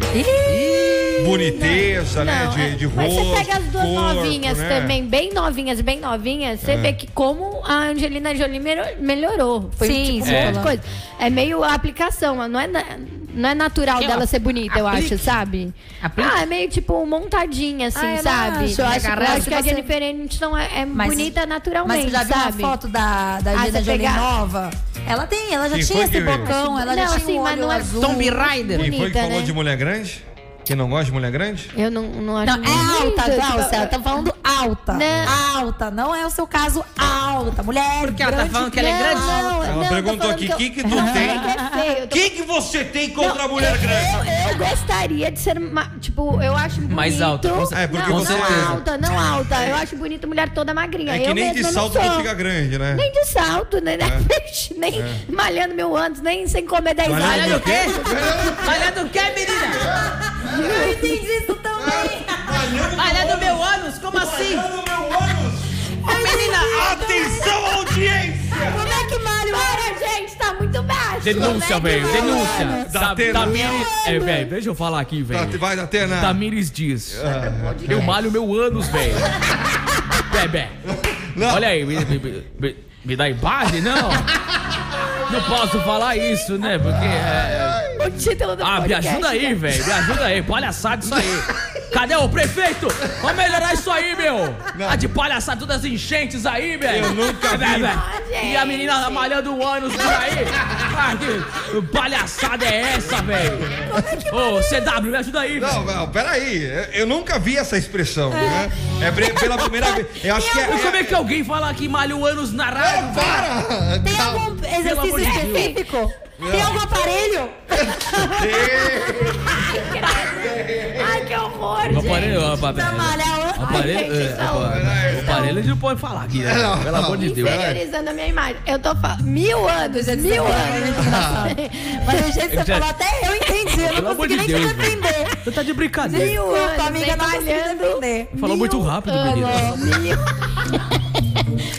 boniteza, né? Não, De, é- de rosto. Mas você pega as duas corpo, novinhas né? É. também, bem novinhas, bem novinhas, você vê que como a Angelina Jolie melho- melhorou. Foi Sim, tipo, sim. um monte É. de coisa. É meio a aplicação, não é, na- não é natural dela ser bonita, eu acho, sabe? Ah, é meio tipo montadinha, assim, Ah, eu não sabe? acho, eu acho que- eu eu acho acho que a que você- Jennifer Aniston é, é bonita naturalmente, Mas você já viu sabe? Ah, a foto da, da Angelina você Jolie pegar- nova? Ela tem, ela já Quem tinha foi esse que veio? bocão, ela já Não, tinha assim, um mas olho não é azul. Tomb Rider. Quem foi que bonita, falou né? de mulher grande? Quem não gosta de mulher grande? Eu não, não acho Não, é bonito, alta, tipo, Glaucia. Tá falando alta. Não. Alta. Não é o seu caso alta. Mulher. Porque ela tá grande, falando que ela é grande? Não, Ela não, tô perguntou falando aqui, que eu- "Que que tu Não, tem?" é que é feio, eu tô- Quem que você tem contra a mulher eu, grande? Eu, eu gostaria de ser, ma- tipo, eu acho bonito. Mais alta, com certeza. É, porque não, você- não alta, não alta. Eu acho bonito mulher toda magrinha. É que eu nem de mesma não salto que sou. fica grande, É. né? Nem de salto, né? nem malhando mil anos, nem sem comer 10 Malhando anos. Olha do quê? Olha do quê, menina? Eu entendi isso também. Olha do meu ânus? Como assim? é Menina, Atenção, audiência! Como é que malha? Para, gente, tá muito baixo. Denúncia, Como é que velho. malha? Tá Denúncia. Da Da, Atena. Tamires. É, velho, deixa eu falar aqui, velho. Tá, Vai, Datena. Tamires diz: Ah, é. Eu malho meu ânus, velho. Bebê. Não. Olha aí, me, me- me- me- me dá imagem? Não. Não posso falar isso, né? Porque. é, O título do Ah, me podcast. ajuda aí, velho. Me ajuda aí. Palhaçada isso aí. Cadê o prefeito? Vamos melhorar isso aí, meu. Tá de palhaçada todas as enchentes aí, velho. Eu nunca vi. Velho, velho. Ah, E a menina malhando o ânus por aí. Ah, que palhaçada é essa, velho? é Ô, CW, me ajuda aí, velho. Não, não, peraí. Eu, eu nunca vi essa expressão, né? É pre- pela primeira vez. Eu acho que é. Mas como é... é que alguém fala que malha o ânus na rádio? Não, para! Tá Tem Calma. algum Pelo amor exercício de Deus. específico? Tem algum aparelho? Ai, que horror, O gente. tá aparelho, o Pra aparelho, malhar o o... aparelho, Ai, é, gente, o aparelho, o aparelho a gente não pode falar aqui, né? Não, Pelo amor de Deus. Inferiorizando a minha imagem. Eu tô falando. Mil anos, mil anos. Mas do jeito que você Já- falou, até eu entendi. Eu Pelo não amor consegui de nem Deus, te defender. Você tá de brincadeira. Desculpa, anos, amiga, vem não consegui malhando. defender. Falou Mil muito rápido, menino. anos, mil-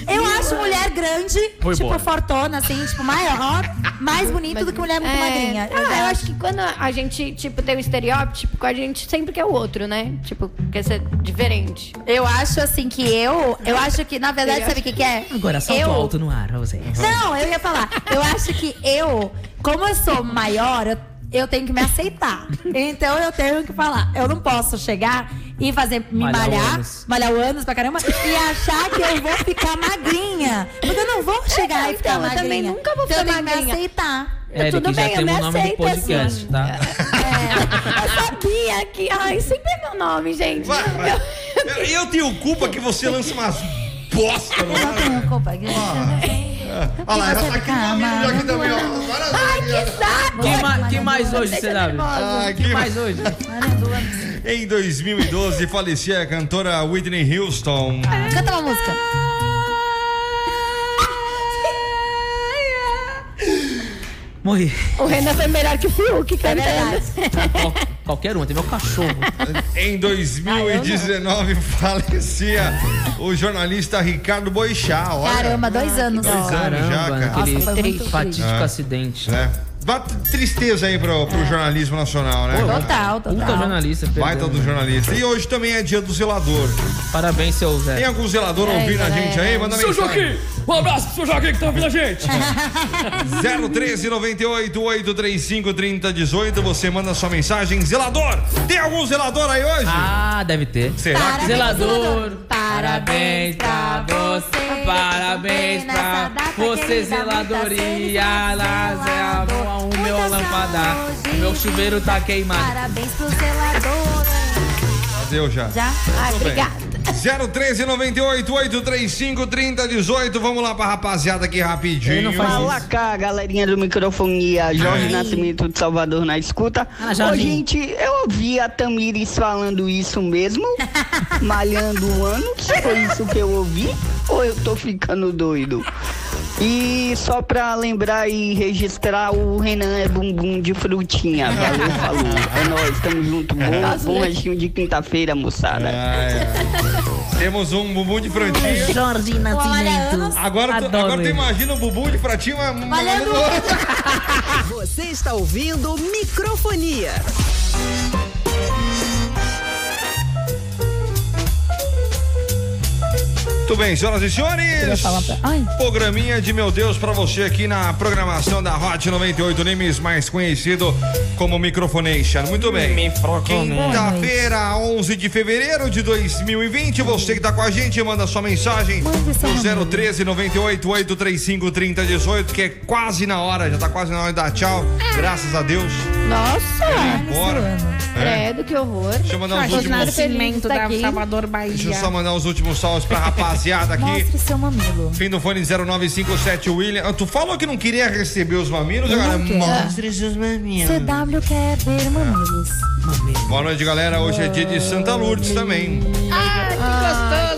Eu acho mulher grande, Foi tipo, embora. fortona, assim, tipo, maior, mais bonita do que mulher muito É, magrinha. Ah, eu acho que quando a gente, tipo, tem um estereótipo, a gente sempre quer o outro, né? Tipo, quer ser diferente. Eu acho assim que eu. Eu acho que, na verdade, sabe o que, que é? Agora, salto eu... alto no ar pra vocês. Não, eu ia falar. Eu acho que eu, como eu sou maior, eu, eu tenho que me aceitar. Então eu tenho que falar. Eu não posso chegar e fazer me Malhar o malhar, ânus. malhar o ânus pra caramba, e achar que eu vou ficar magrinha. Porque eu não vou chegar É, e ficar então, eu magrinha. também nunca vou Então, ficar Eu tenho que magrinha. me aceitar. É, Eric, Tudo já bem, um eu me temos o nome do aceito podcast, assim. tá? É. É, eu sabia que. Ai, sempre é meu nome, gente. Vai, vai. Eu- Eu, eu tenho culpa que você lança umas bosta, Eu não mano. tenho culpa. Olha lá, ela tá você aqui fica comigo já aqui amando, também, ó. Ai, Maravilha. que saco! Quem, ma quem mais hoje, CW? Ah, Quem que- mais hoje? Em 2012 falecia a cantora Whitney Houston. Canta uma música. Morri. O Renan foi melhor que o Fiuk É cantando. Qual- qualquer um, até meu cachorro. Em 2019 falecia o jornalista Ricardo Boixá. Olha, Caramba, dois anos. dois anos já, Caramba, cara. aquele Nossa, foi muito fatídico triste. Ah. acidente. Né? Dá tristeza aí pro, pro jornalismo nacional, né? Pô, Total, total. Puta jornalista, Baita perdeu, do né? jornalista. E hoje também é dia do zelador. Parabéns, seu Tem Zé. algum zelador É ouvindo a gente aí? Manda Seu mensagem. Um abraço pro seu Joaquim que tá ouvindo a gente. 013 98 835 3018. Você manda sua mensagem. Zelador! Tem algum zelador aí hoje? Ah, deve ter. Será que Parabéns, Zelador, zelador. Parabéns pra você. Parabéns Bem pra nessa data você, querida, zeladoria. muita Lá, felicidade, Zé, o meu muita lampadar. saúde. O meu chuveiro tá queimado. Parabéns pro zelador. Tá? deu já? Já? Ai, Tudo bem. obrigada. 013 98 835 3018. Vamos lá pra rapaziada aqui rapidinho. Fala cá, galerinha do microfonia, Jorge Nascimento de Salvador na escuta. Ah, Jorginho. Ô, gente, eu ouvi a Tamires falando isso mesmo, malhando o ano, foi isso que eu ouvi, ou eu tô ficando doido? E só pra lembrar e registrar, o Renan é bumbum de frutinha. Valeu, falou. É nóis, tamo junto. Bom, bom restinho de quinta-feira, moçada. Ah, é. Temos um bumbum de frutinha. Jorge Tá Nascimento. Agora, tu, Adoro agora tu ele. imagina um bumbum de frutinha. mas- é mas- Malhando Você está ouvindo microfonia. Muito bem, senhoras e senhores. Ai. Programinha de meu Deus pra você aqui na programação da Hot 98 Nimes, mais conhecido como Microfonation. Muito bem. Quinta-feira, 11 de fevereiro de 2020. Você que tá com a gente, manda sua mensagem no 013 98 835 3018, que é quase na hora, já tá quase na hora de dar tchau. Graças a Deus. Nossa! Bora. É. Credo, que horror. Deixa eu mandar uns Jorge últimos. Nascimento Tá Tá, da aqui. Salvador, Bahia. um Deixa eu só mandar os últimos salves pra rapaziada aqui. Mostre seu mamilo. Fim do fone 0957 William. Ah, Tu falou que não queria receber os mamilos, agora mostre seus mamilos. CW quer ver mamilos. Boa noite, galera. Hoje é dia de Santa Lourdes também.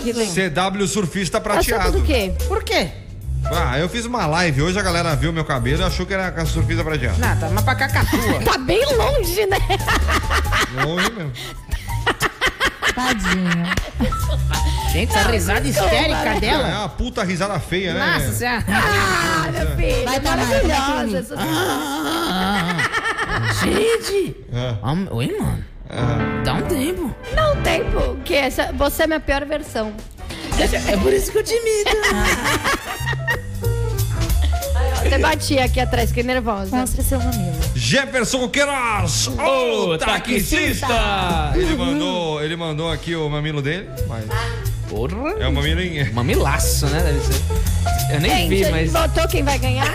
que gostoso. CW surfista Assunto prateado. Tá do quê? Por quê? Ah, eu fiz uma live hoje, a galera viu meu cabelo e achou que era com a surfista prateada. Nada, mas pra cacatua. Tá bem longe, né? Hoje mesmo. Tadinho. Gente, essa risada histérica É dela. uma puta risada feia, né? Nossa, você... Ah, meu filho. Vai, Tamara, vai, Tony. maravilhosa. essa- Gente! É. Ah, Oi, mano. Ah. Dá um tempo. Não tem pô, que essa. Você é minha pior versão. É por isso que eu te imito. Até bati aqui atrás, fiquei nervosa. Mostra seu mamilo. Jefferson Queiroz, o O taxista. taxista. Ele mandou, ele mandou aqui o mamilo dele, mas... Porra! É um mamilo em... Mamilaço, né? Deve ser. Eu nem Gente, vi, ele mas. votou quem vai ganhar?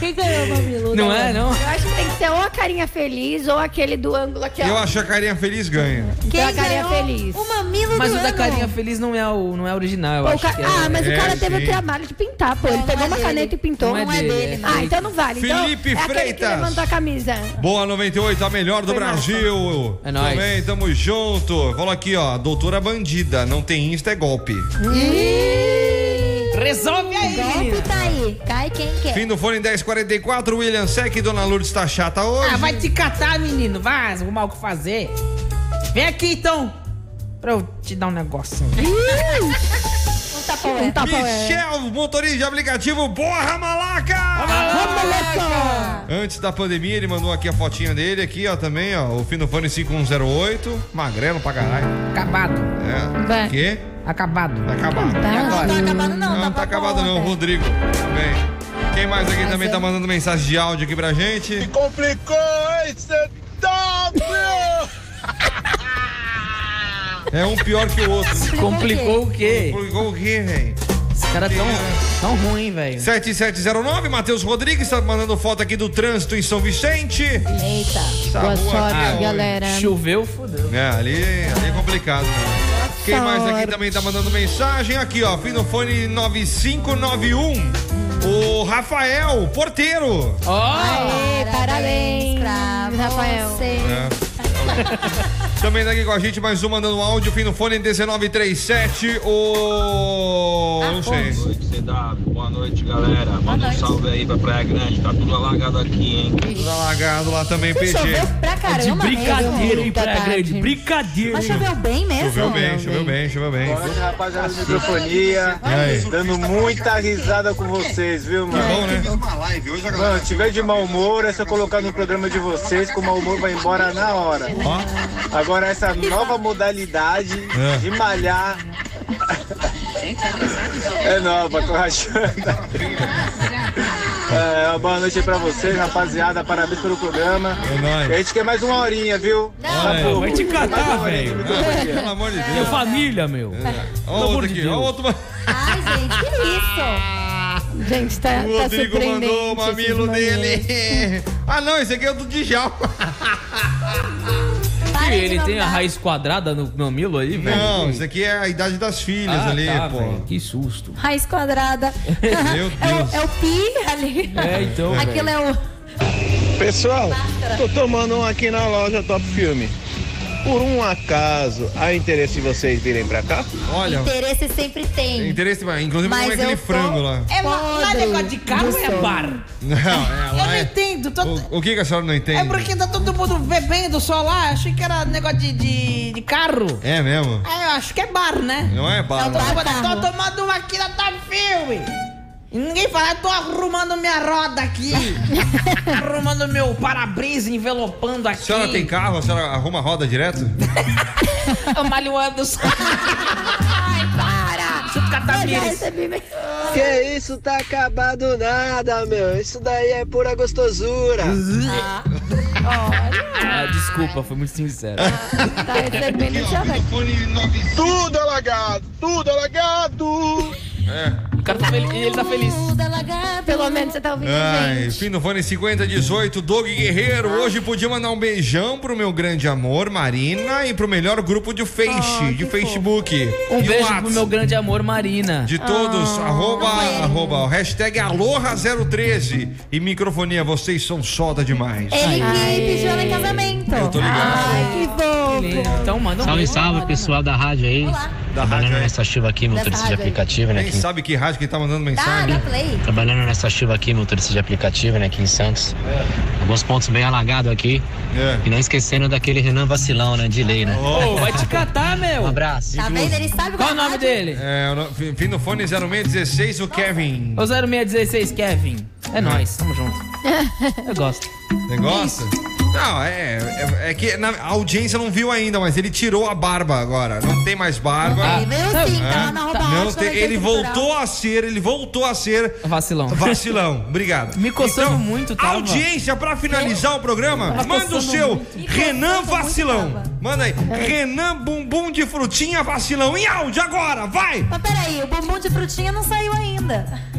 Quem ganhou o mamilo? Não é, não? Eu acho que tem que ser ou a carinha feliz ou aquele do ângulo aqui, ó. Eu acho que a carinha feliz ganha. Quem Então a carinha feliz? é O mamilo Mas do o da ano. carinha feliz não é o, não é original, eu Pô, o acho ca- que é. Ah, mas o cara teve sim. o trabalho de pintar, pô. Ele pegou uma caneta e pintou. Não é dele, é Ah, fake. então não vale. Então, Felipe é aquele Freitas. que levantou a camisa. Boa 98, a melhor do Brasil. É nóis. Também tamo junto. Falou aqui, ó. Doutora bandida, não tem Insta, é golpe. Resolve aí, Golpe tá aí. Cai quem É. quer. Fim do fone 1044, William Sec, Dona Lourdes tá chata hoje. Ah, vai te catar, menino. Vai arrumar o que fazer. Vem aqui, então. Pra eu te dar um negócio. um tapão. Um tá tapão. Michel, motorista de aplicativo, porra malaca! tá Antes da pandemia, ele mandou aqui a fotinha dele, aqui, ó, também, ó. O Finofone 5108. Magrelo pra caralho. Acabado. É. Vai. Quê? Acabado. Tá acabado. Não tá acabando, não. Não, tá tá acabado não, Rodrigo. Também. Quem mais aqui também tá mandando mensagem de áudio aqui pra gente? Complicou, hein, CW? É um pior que o outro. Complicou o quê? Complicou o quê, velho? Esse cara é tão, tão ruim, velho. 7709, Matheus Rodrigues tá mandando foto aqui do trânsito em São Vicente. Eita. Essa Boa rua sorte, aqui, ó. galera. Ah, Choveu, fodeu. É, ali, ali é complicado. né? Quem mais aqui Sorte. também tá mandando mensagem? Aqui, ó, Finofone 9591. O Rafael, porteiro. Aê, parabéns, Rafael. É. Também tá aqui com a gente, mais um mandando um áudio, fim no fone 1937, o... não sei. Boa noite, CW. Boa noite, galera. Manda um salve aí pra Praia Grande. Tá tudo alagado aqui, hein? Tudo alagado tá lá também, PG. Choveu pra caramba. De brincadeira, hein, mesmo, Praia Tatá. Grande. Brincadeira. Mas choveu bem mesmo? Choveu bem, choveu bem, choveu bem. Rapaziada do microfonia, E aí? dando muita risada com vocês, viu, mano? bom, né? Mano, se tiver de mau humor, é só colocar no programa de vocês que o mau humor vai embora na hora. Agora, essa nova modalidade É. de malhar é nova, tô rachando. É, uma boa noite aí pra vocês, rapaziada. Parabéns pelo programa. É nóis. A gente quer mais uma horinha, viu? Olha aí. Vai te catar, velho. Ah, Pelo amor de É Deus. É. família, meu. Ó, amor outro de aqui, Deus. ó, outro. Ai, gente, que isso? Gente, tá, O tá Rodrigo surpreendente. mandou o mamilo esses dele. momentos. Ah, não, esse aqui é o do Djalma. E Parem de ele tem a mandar. raiz quadrada no mamilo aí, velho? Não, isso aqui é a idade das filhas Ah, ali, tá, pô. velho. Que susto. Raiz quadrada. Meu Deus. É o, é o pi ali. É, então, Aquilo é o... Pessoal, tô tomando um aqui na loja Top Filme. Por um acaso, há interesse de vocês virem pra cá? Olha, Interesse sempre tem. interesse, mas inclusive Mas como é eu aquele tô- frango lá. É ma- lá Podre negócio de carro do ou é sono. bar? Não, é, lá Eu não é- entendo. tô- O, o que que a senhora não entende? É porque tá todo mundo bebendo só lá. Achei que era negócio de, de, de carro. É mesmo? Ah, eu acho que é bar, né? Não é Eu tô, bala. tomando- tô tomando uma aqui na Top Filme. E ninguém fala, eu tô arrumando minha roda aqui. arrumando meu para-brisa, envelopando aqui. A senhora tem carro? A senhora arruma a roda direto? Eu malho Anderson. Ai, para! Chuto Catamires. Que isso tá acabado nada, meu. Isso daí é pura gostosura. Ah, desculpa, foi muito sincero. Tá recebendo já vai. Tudo alagado, tudo alagado. O cara tá feliz, ele tá feliz. é Pelo menos você tá ouvindo a Ai, gente. fim do fone 5018, Doug Guerreiro. Hoje podia mandar um beijão pro meu grande amor, Marina, e pro melhor grupo de Face, de Facebook. Um de beijo Whats. pro meu grande amor, Marina. De todos, arroba, arroba, o hashtag Aloha013 e microfonia, vocês são soda demais. Ele que pediu ela em casamento. Eu tô ligado. Ai, que Lindo. fofo. Então manda um Salve, beijo. salve pessoal da rádio aí. Trabalhando rádio aí. nessa chuva aqui, motorista de rádio aí. aplicativo, né? Nem Aqui, sabe que rádio que tá mandando Tá, dá mensagem. play. trabalhando nessa chuva aqui, motorista de aplicativo, né? Aqui em Santos. Alguns pontos bem alagados aqui. É. Oh. E não esquecendo daquele Renan Vacilão, né? De lei, né? Ô, vai te catar, meu. Um abraço. Tá vendo? Ele sabe Qual o é nome rádio. dele? É, o no- fim do fone 0616, o Kevin. O 0616, Kevin. É nóis, tamo junto. Eu gosto. Negócio? Não, é, é, é que na- a audiência não viu ainda, mas ele tirou a barba agora. Não tem mais barba. Ah, veio sim, tá lá na Não roupa ótima, tem- mas tem ele que curar. voltou a ser, ele voltou a ser. É Vacilão. Vacilão, obrigado. Me coçando muito, tava. Audiência, pra finalizar o programa, Tava manda o coçando seu muito. Me Renan coçando muito, Vacilão. tava. Manda aí. Renan Bumbum de Frutinha Vacilão. Em áudio agora, vai! Mas peraí, o bumbum de frutinha não saiu ainda.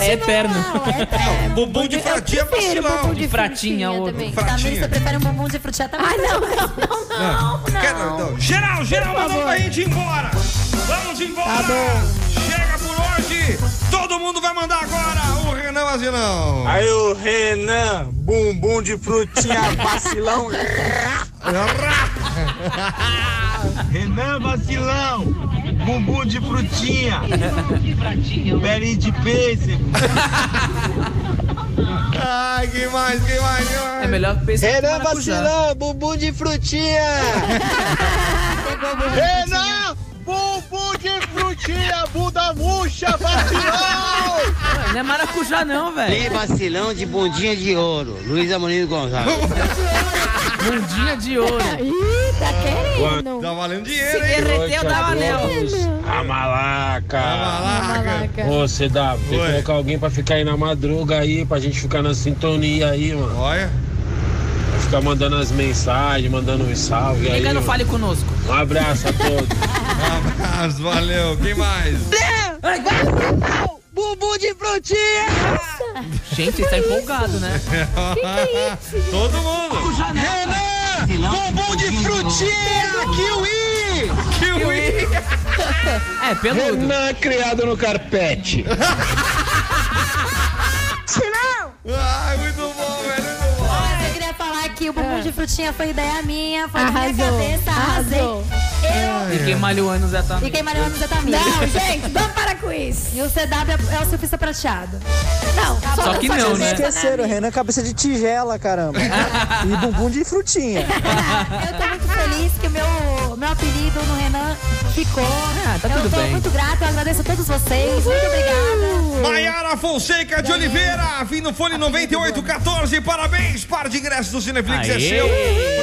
É eterno. Bumbum de Frutinha prefiro Vacilão. bumbum de De fratinha, frutinha outro. também. Tamires, você prefere um bumbum de frutinha também? Ah, não, não, não. Não, quero- não. Geral, geral, Por mandou favor. pra gente ir embora. Vamos embora. Chega por hoje. Todo mundo vai mandar agora o Renan Vacilão. Aí o Renan, bumbum de frutinha, vacilão. Renan Vacilão, bumbum de frutinha, pelinho de pêssego. Ai, que mais, que mais, que mais? É melhor pensar que Renan maracujá. vacilão, bumbum de frutinha. Renan, bumbum de frutinha, bunda murcha, vacilão. Não é maracujá, não, velho. Tem É vacilão de bundinha de ouro, Luiz Amorim Gonzalez. Bundinha de ouro. Ih, tá querendo. Tá valendo dinheiro, hein? derreteu, dá valeu. A malaca. malaca. Ô, CW, tem que colocar alguém pra ficar aí na madruga aí, pra gente ficar na sintonia aí, mano. Olha. Ficar mandando as mensagens, mandando os salve aí. Liga no mano. Fale Conosco. Um abraço a todos. um abraço, valeu. Quem mais? Bumbum de frutinha. Gente, ele tá empolgado, né? Todo mundo. Renan, bumbum de frutinha, kiwi. Kiwi. É, pelo. Renan criado no carpete. Tirão! Ai, muito bom, velho, muito bom. Olha, eu queria falar que o bumbum de frutinha foi ideia minha, foi Arrasou, minha cabeça, arrasei. arrasou. E quem malha o ano Zé tá. E quem malhou no Zetamir. Não, gente, vamos para com isso. E o CW é o surfista prateado. Não, Só que não, né? Esqueceram, Renan, cabeça de tigela, caramba. e bumbum de frutinha. Eu tô muito feliz que o meu, meu apelido no Renan ficou. tá eu tudo tô bem. muito grata, eu agradeço a todos vocês. Muito obrigada. Maiara Fonseca de Oliveira, vindo fone 9814, parabéns! Par de ingressos do Cineflix é Aê! seu.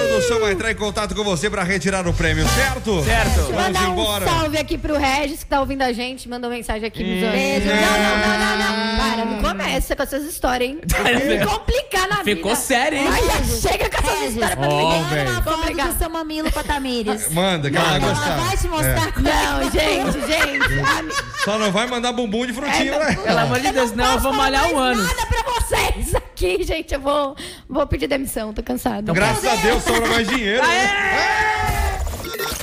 Produção vai entrar em contato com você pra retirar o prêmio, certo? Certo. Vamos Mandar um embora. salve aqui pro Regis, que tá ouvindo a gente. Mandou mensagem aqui Hum. nos olhos. Beijo. Não, Hum. não, não, não, não. Para, não começa com essas histórias, hein? Me complicar na vida. Ficou sério, hein? Ai, chega com essas histórias pra Ó, mim. velho. Uma foto do seu mamilo pra Tamires. Manda, que ela vai Não, gostar. Ela vai te mostrar É. como é que Não, gente, gente. a mi- Só não vai mandar bumbum de É, frutinha, né? Pelo amor de Deus, não, eu vou malhar o ano. Nada pra vocês aqui, gente. Eu vou, vou pedir demissão, tô cansada. Graças a Deus sobra mais dinheiro. Ah, é? né?